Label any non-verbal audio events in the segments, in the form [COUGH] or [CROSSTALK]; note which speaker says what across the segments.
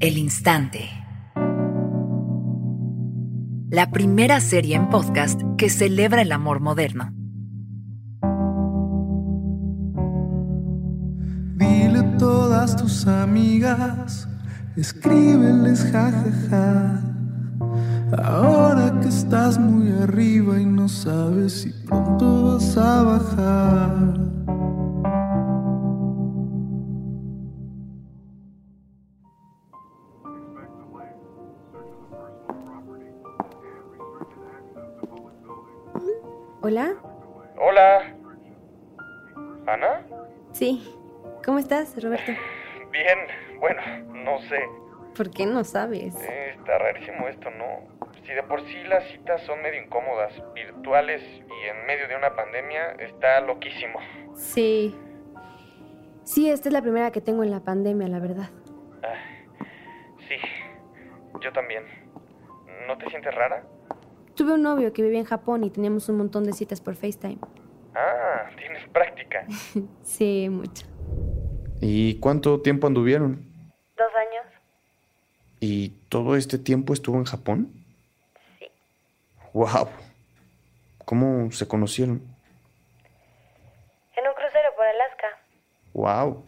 Speaker 1: El Instante. La primera serie en podcast que celebra el amor moderno.
Speaker 2: Dile a todas tus amigas, escríbeles jajaja. Ahora que estás muy arriba y no sabes si pronto vas a bajar.
Speaker 3: Hola,
Speaker 4: Hola. ¿Ana?
Speaker 3: sí. ¿Cómo estás, Roberto?
Speaker 4: Bien, bueno, no sé.
Speaker 3: ¿Por qué no sabes?
Speaker 4: Eh, Está rarísimo esto, ¿no? Si de por sí las citas son medio incómodas, virtuales y en medio de una pandemia, está loquísimo.
Speaker 3: Sí. Sí, esta es la primera que tengo en la pandemia, la verdad.
Speaker 4: Sí, yo también. ¿No te sientes rara?
Speaker 3: Tuve un novio que vivía en Japón y teníamos un montón de citas por FaceTime.
Speaker 4: Ah, tienes práctica.
Speaker 3: Sí, mucho.
Speaker 5: ¿Y cuánto tiempo anduvieron?
Speaker 6: Dos años.
Speaker 5: ¿Y todo este tiempo estuvo en Japón?
Speaker 6: Sí.
Speaker 5: ¡Wow! ¿Cómo se conocieron?
Speaker 6: En un crucero por Alaska.
Speaker 5: ¡Wow!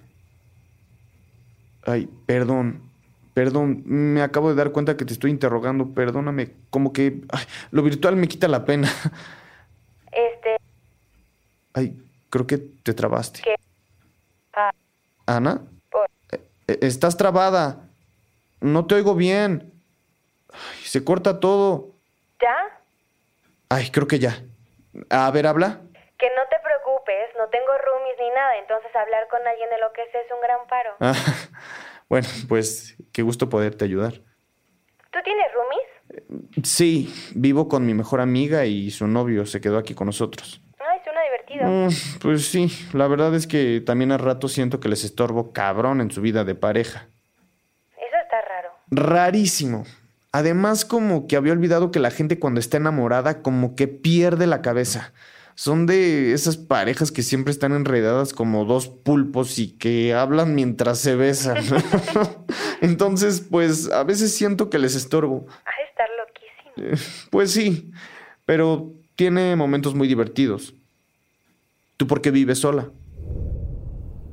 Speaker 5: Ay, perdón. Perdón, me acabo de dar cuenta que te estoy interrogando. Perdóname, como que ay, lo virtual me quita la pena. [LAUGHS]
Speaker 6: Este,
Speaker 5: Ay, creo que te trabaste.
Speaker 6: ¿Qué? Ah.
Speaker 5: ¿Ana?
Speaker 6: por-
Speaker 5: E- Estás trabada. No te oigo bien. Ay, se corta todo.
Speaker 6: ¿Ya?
Speaker 5: Ay, creo que ya. A ver, habla. [LAUGHS]
Speaker 6: Que no te preocupes, no tengo roomies ni nada, entonces hablar con alguien de lo que sé es un gran paro.
Speaker 5: Ah, bueno, pues qué gusto poderte ayudar.
Speaker 6: ¿Tú tienes roomies?
Speaker 5: Sí, vivo con mi mejor amiga y su novio se quedó aquí con nosotros.
Speaker 6: Ay, suena divertido.
Speaker 5: Mm, pues sí, la verdad es que también a rato siento que les estorbo cabrón en su vida de pareja.
Speaker 6: Eso está raro.
Speaker 5: Rarísimo. Además, como que había olvidado que la gente cuando está enamorada como que pierde la cabeza. Son de esas parejas que siempre están enredadas como dos pulpos y que hablan mientras se besan. [LAUGHS] Entonces, pues a veces siento que les estorbo.
Speaker 6: Ha de estar loquísimo.
Speaker 5: Pues sí, pero tiene momentos muy divertidos. ¿Tú por qué vives sola?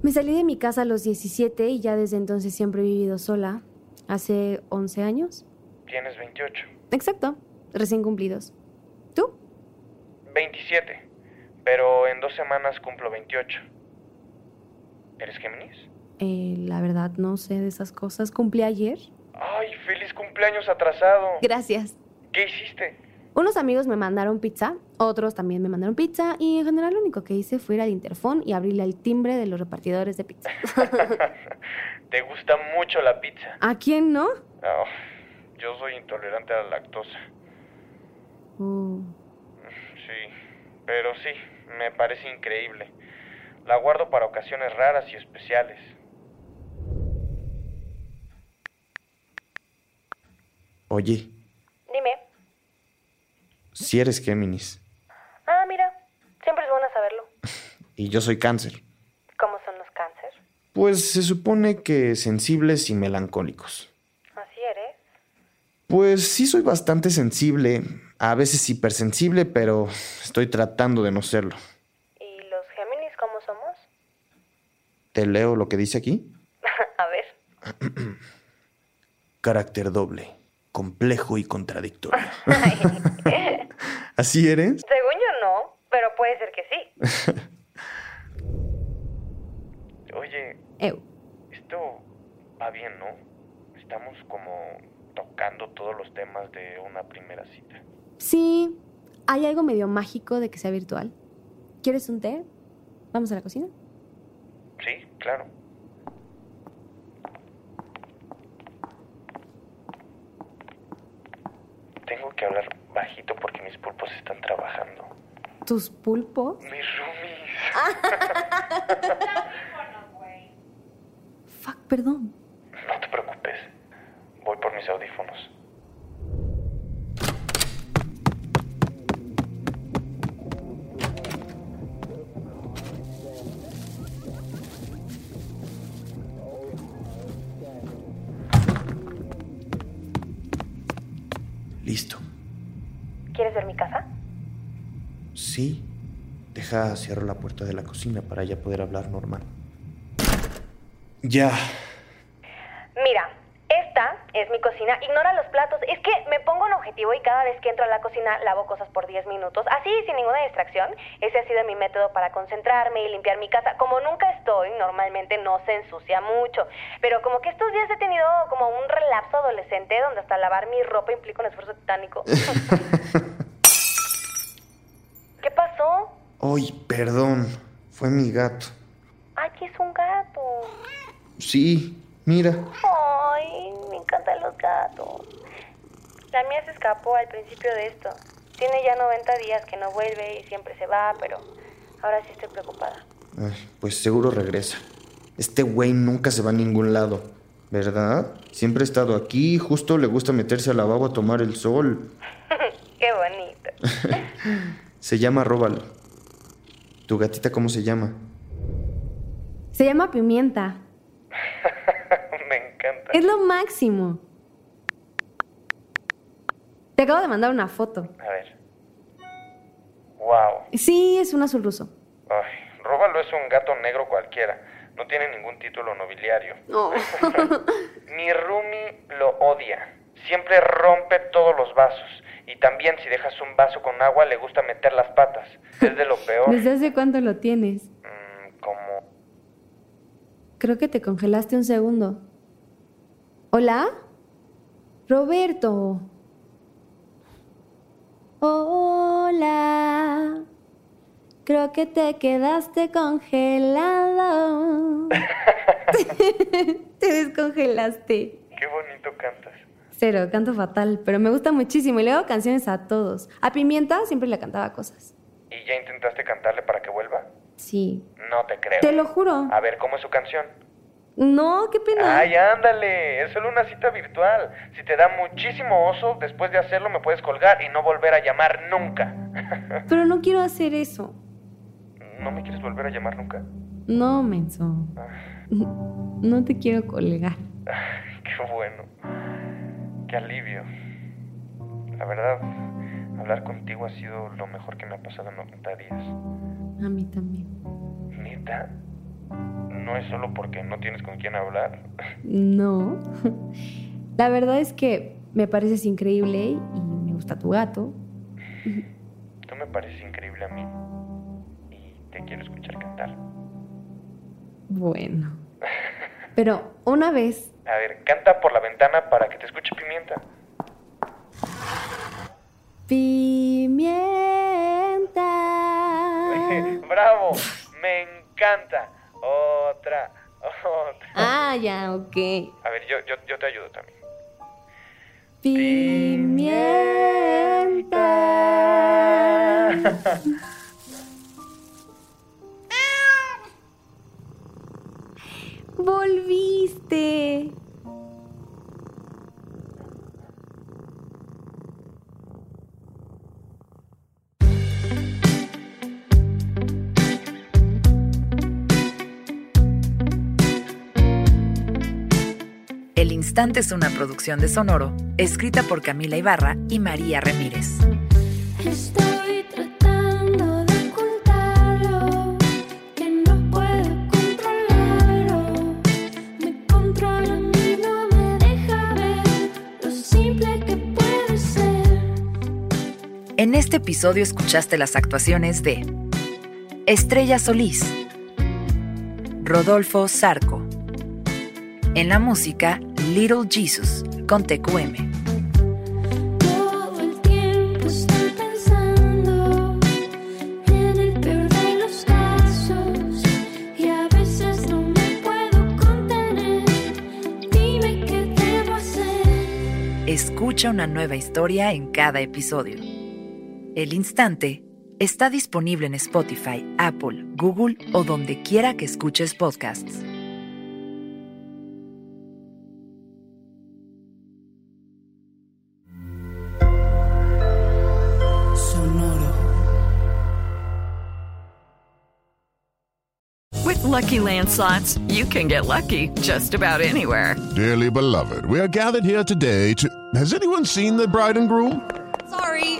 Speaker 3: Me salí de mi casa a los 17 y ya desde entonces siempre he vivido sola. Hace 11 años.
Speaker 4: Tienes 28.
Speaker 3: Exacto, recién cumplidos. ¿Tú?
Speaker 4: 27. Pero en dos semanas cumplo 28. ¿Eres Géminis?
Speaker 3: Eh, la verdad, no sé de esas cosas. Cumplí ayer.
Speaker 4: ¡Ay, feliz cumpleaños atrasado!
Speaker 3: Gracias.
Speaker 4: ¿Qué hiciste?
Speaker 3: Unos amigos me mandaron pizza, otros también me mandaron pizza y en general lo único que hice fue ir al interfón y abrirle al timbre de los repartidores de pizza. [LAUGHS]
Speaker 4: Te gusta mucho la pizza.
Speaker 3: ¿A quién no?
Speaker 4: Ah, yo soy intolerante a la lactosa.
Speaker 3: Uh,
Speaker 4: Sí, pero sí, me parece increíble. La guardo para ocasiones raras y especiales.
Speaker 5: Oye,
Speaker 6: Dime.
Speaker 5: si eres Géminis
Speaker 6: Ah, mira, siempre es bueno saberlo.
Speaker 5: y yo soy cáncer,
Speaker 6: ¿Cómo son los cáncer?
Speaker 5: pues se supone que sensibles y melancólicos.
Speaker 6: Así eres.
Speaker 5: Pues sí soy bastante sensible, a veces hipersensible, pero estoy tratando de no serlo.
Speaker 6: ¿Y los Géminis cómo somos? [LAUGHS]
Speaker 5: ¿Te leo lo que dice aquí?
Speaker 6: A ver.
Speaker 5: Carácter doble, complejo y contradictorio. [LAUGHS] ¿Así eres?
Speaker 6: Según yo no, pero puede ser que sí.
Speaker 4: Oye,
Speaker 3: eu.
Speaker 4: esto va bien, ¿no? Estamos como tocando todos los temas de una primera cita.
Speaker 3: Sí, hay algo medio mágico de que sea virtual. ¿Quieres un té? ¿Vamos a la cocina?
Speaker 4: Sí, claro. Tengo que hablar bajito porque mis pulpos están trabajando.
Speaker 3: ¿Tus pulpos?
Speaker 4: Mis roomies.
Speaker 3: Fuck, perdón.
Speaker 4: No te preocupes. Voy por mis audífonos. [LAUGHS]
Speaker 5: Sí. Deja, cierro la puerta de la cocina para ya poder hablar normal. Ya.
Speaker 6: Mira, esta es mi cocina. Ignora los platos. Es que me pongo un objetivo y cada vez que entro a la cocina lavo cosas por 10 minutos. Así, sin ninguna distracción. Ese ha sido mi método para concentrarme y limpiar mi casa. Como nunca estoy, normalmente no se ensucia mucho. Pero como que estos días he tenido como un relapso adolescente donde hasta lavar mi ropa implica un esfuerzo titánico. ¿Qué pasó?
Speaker 5: Ay, perdón. Fue mi gato.
Speaker 6: Aquí es un gato.
Speaker 5: Sí, mira.
Speaker 6: Ay, me encantan los gatos. La mía se escapó al principio de esto. Tiene ya 90 días que no vuelve y siempre se va, pero ahora sí estoy preocupada.
Speaker 5: Ay, pues seguro regresa. Este güey nunca se va a ningún lado, ¿verdad? Siempre ha estado aquí, justo le gusta meterse al lavabo a tomar el sol.
Speaker 6: Qué bonito.
Speaker 5: Se llama Róbalo. ¿Tu gatita cómo se llama?
Speaker 3: Se llama Pimienta.
Speaker 4: Me encanta.
Speaker 3: Es lo máximo. Te acabo de mandar una foto.
Speaker 4: A ver. Wow.
Speaker 3: Sí, es un azul ruso.
Speaker 4: Ay, Róbalo es un gato negro cualquiera. No tiene ningún título nobiliario.
Speaker 3: No.
Speaker 4: [LAUGHS] Mi Rumi lo odia. Siempre rompe todos los vasos. Y también si dejas un vaso con agua le gusta meter las patas. Es de lo peor.
Speaker 3: ¿Desde hace cuánto lo tienes?
Speaker 4: Mm, como...
Speaker 3: Creo que te congelaste un segundo. ¿Hola? Roberto. Hola. Creo que te quedaste congelado. [LAUGHS] te descongelaste.
Speaker 4: Qué bonito cantas.
Speaker 3: Cero, canto fatal, pero me gusta muchísimo y le hago canciones a todos. A Pimienta siempre le cantaba cosas.
Speaker 4: ¿Y ya intentaste cantarle para que vuelva?
Speaker 3: Sí.
Speaker 4: No te creo.
Speaker 3: Te lo juro.
Speaker 4: A ver, ¿cómo es su canción?
Speaker 3: No, qué pena.
Speaker 4: Ay, ándale, es solo una cita virtual. Si te da muchísimo oso, después de hacerlo me puedes colgar y no volver a llamar nunca.
Speaker 3: Pero no quiero hacer eso.
Speaker 4: ¿No me quieres volver a llamar nunca? [LAUGHS]
Speaker 3: No, menso. No te quiero colgar.
Speaker 4: Qué bueno. Qué alivio. La verdad, hablar contigo ha sido lo mejor que me ha pasado en 90 días.
Speaker 3: A mí también.
Speaker 4: Neta, no es solo porque no tienes con quién hablar. [LAUGHS]
Speaker 3: No. [LAUGHS] La verdad es que me pareces increíble y me gusta tu gato.
Speaker 4: Tú me pareces increíble a mí. Y te quiero escuchar cantar.
Speaker 3: Bueno. Pero una vez,
Speaker 4: A ver, canta por la ventana para que te escuche pimienta.
Speaker 3: [LAUGHS] pimienta.
Speaker 4: [LAUGHS] ¡Bravo! ¡Me encanta! Otra, [LAUGHS] otra.
Speaker 3: Ah, ya, ok.
Speaker 4: A ver, yo, yo, yo te ayudo también.
Speaker 3: Pimienta. Volviste.
Speaker 1: El Instante es una producción de Sonoro, escrita por Camila Ibarra y María Ramírez.
Speaker 7: Estoy tratando de ocultarlo, que no puedo controlarlo. Me controla y no me deja ver lo simple que puede ser.
Speaker 1: En este episodio escuchaste las actuaciones de Estrella Solís, Rodolfo Sarco. En la música, Little Jesus con TQM.
Speaker 7: Todo el tiempo estoy pensando en el peor de los casos y a veces no me puedo contener. Dime qué debo hacer.
Speaker 1: Escucha una nueva historia en cada episodio. El Instante está disponible en Spotify, Apple, Google o donde quiera que escuches podcasts.
Speaker 8: With Lucky Land slots, you can get lucky just about anywhere.
Speaker 9: Dearly beloved, we are gathered here today to. Has anyone seen the bride and groom?
Speaker 10: Sorry,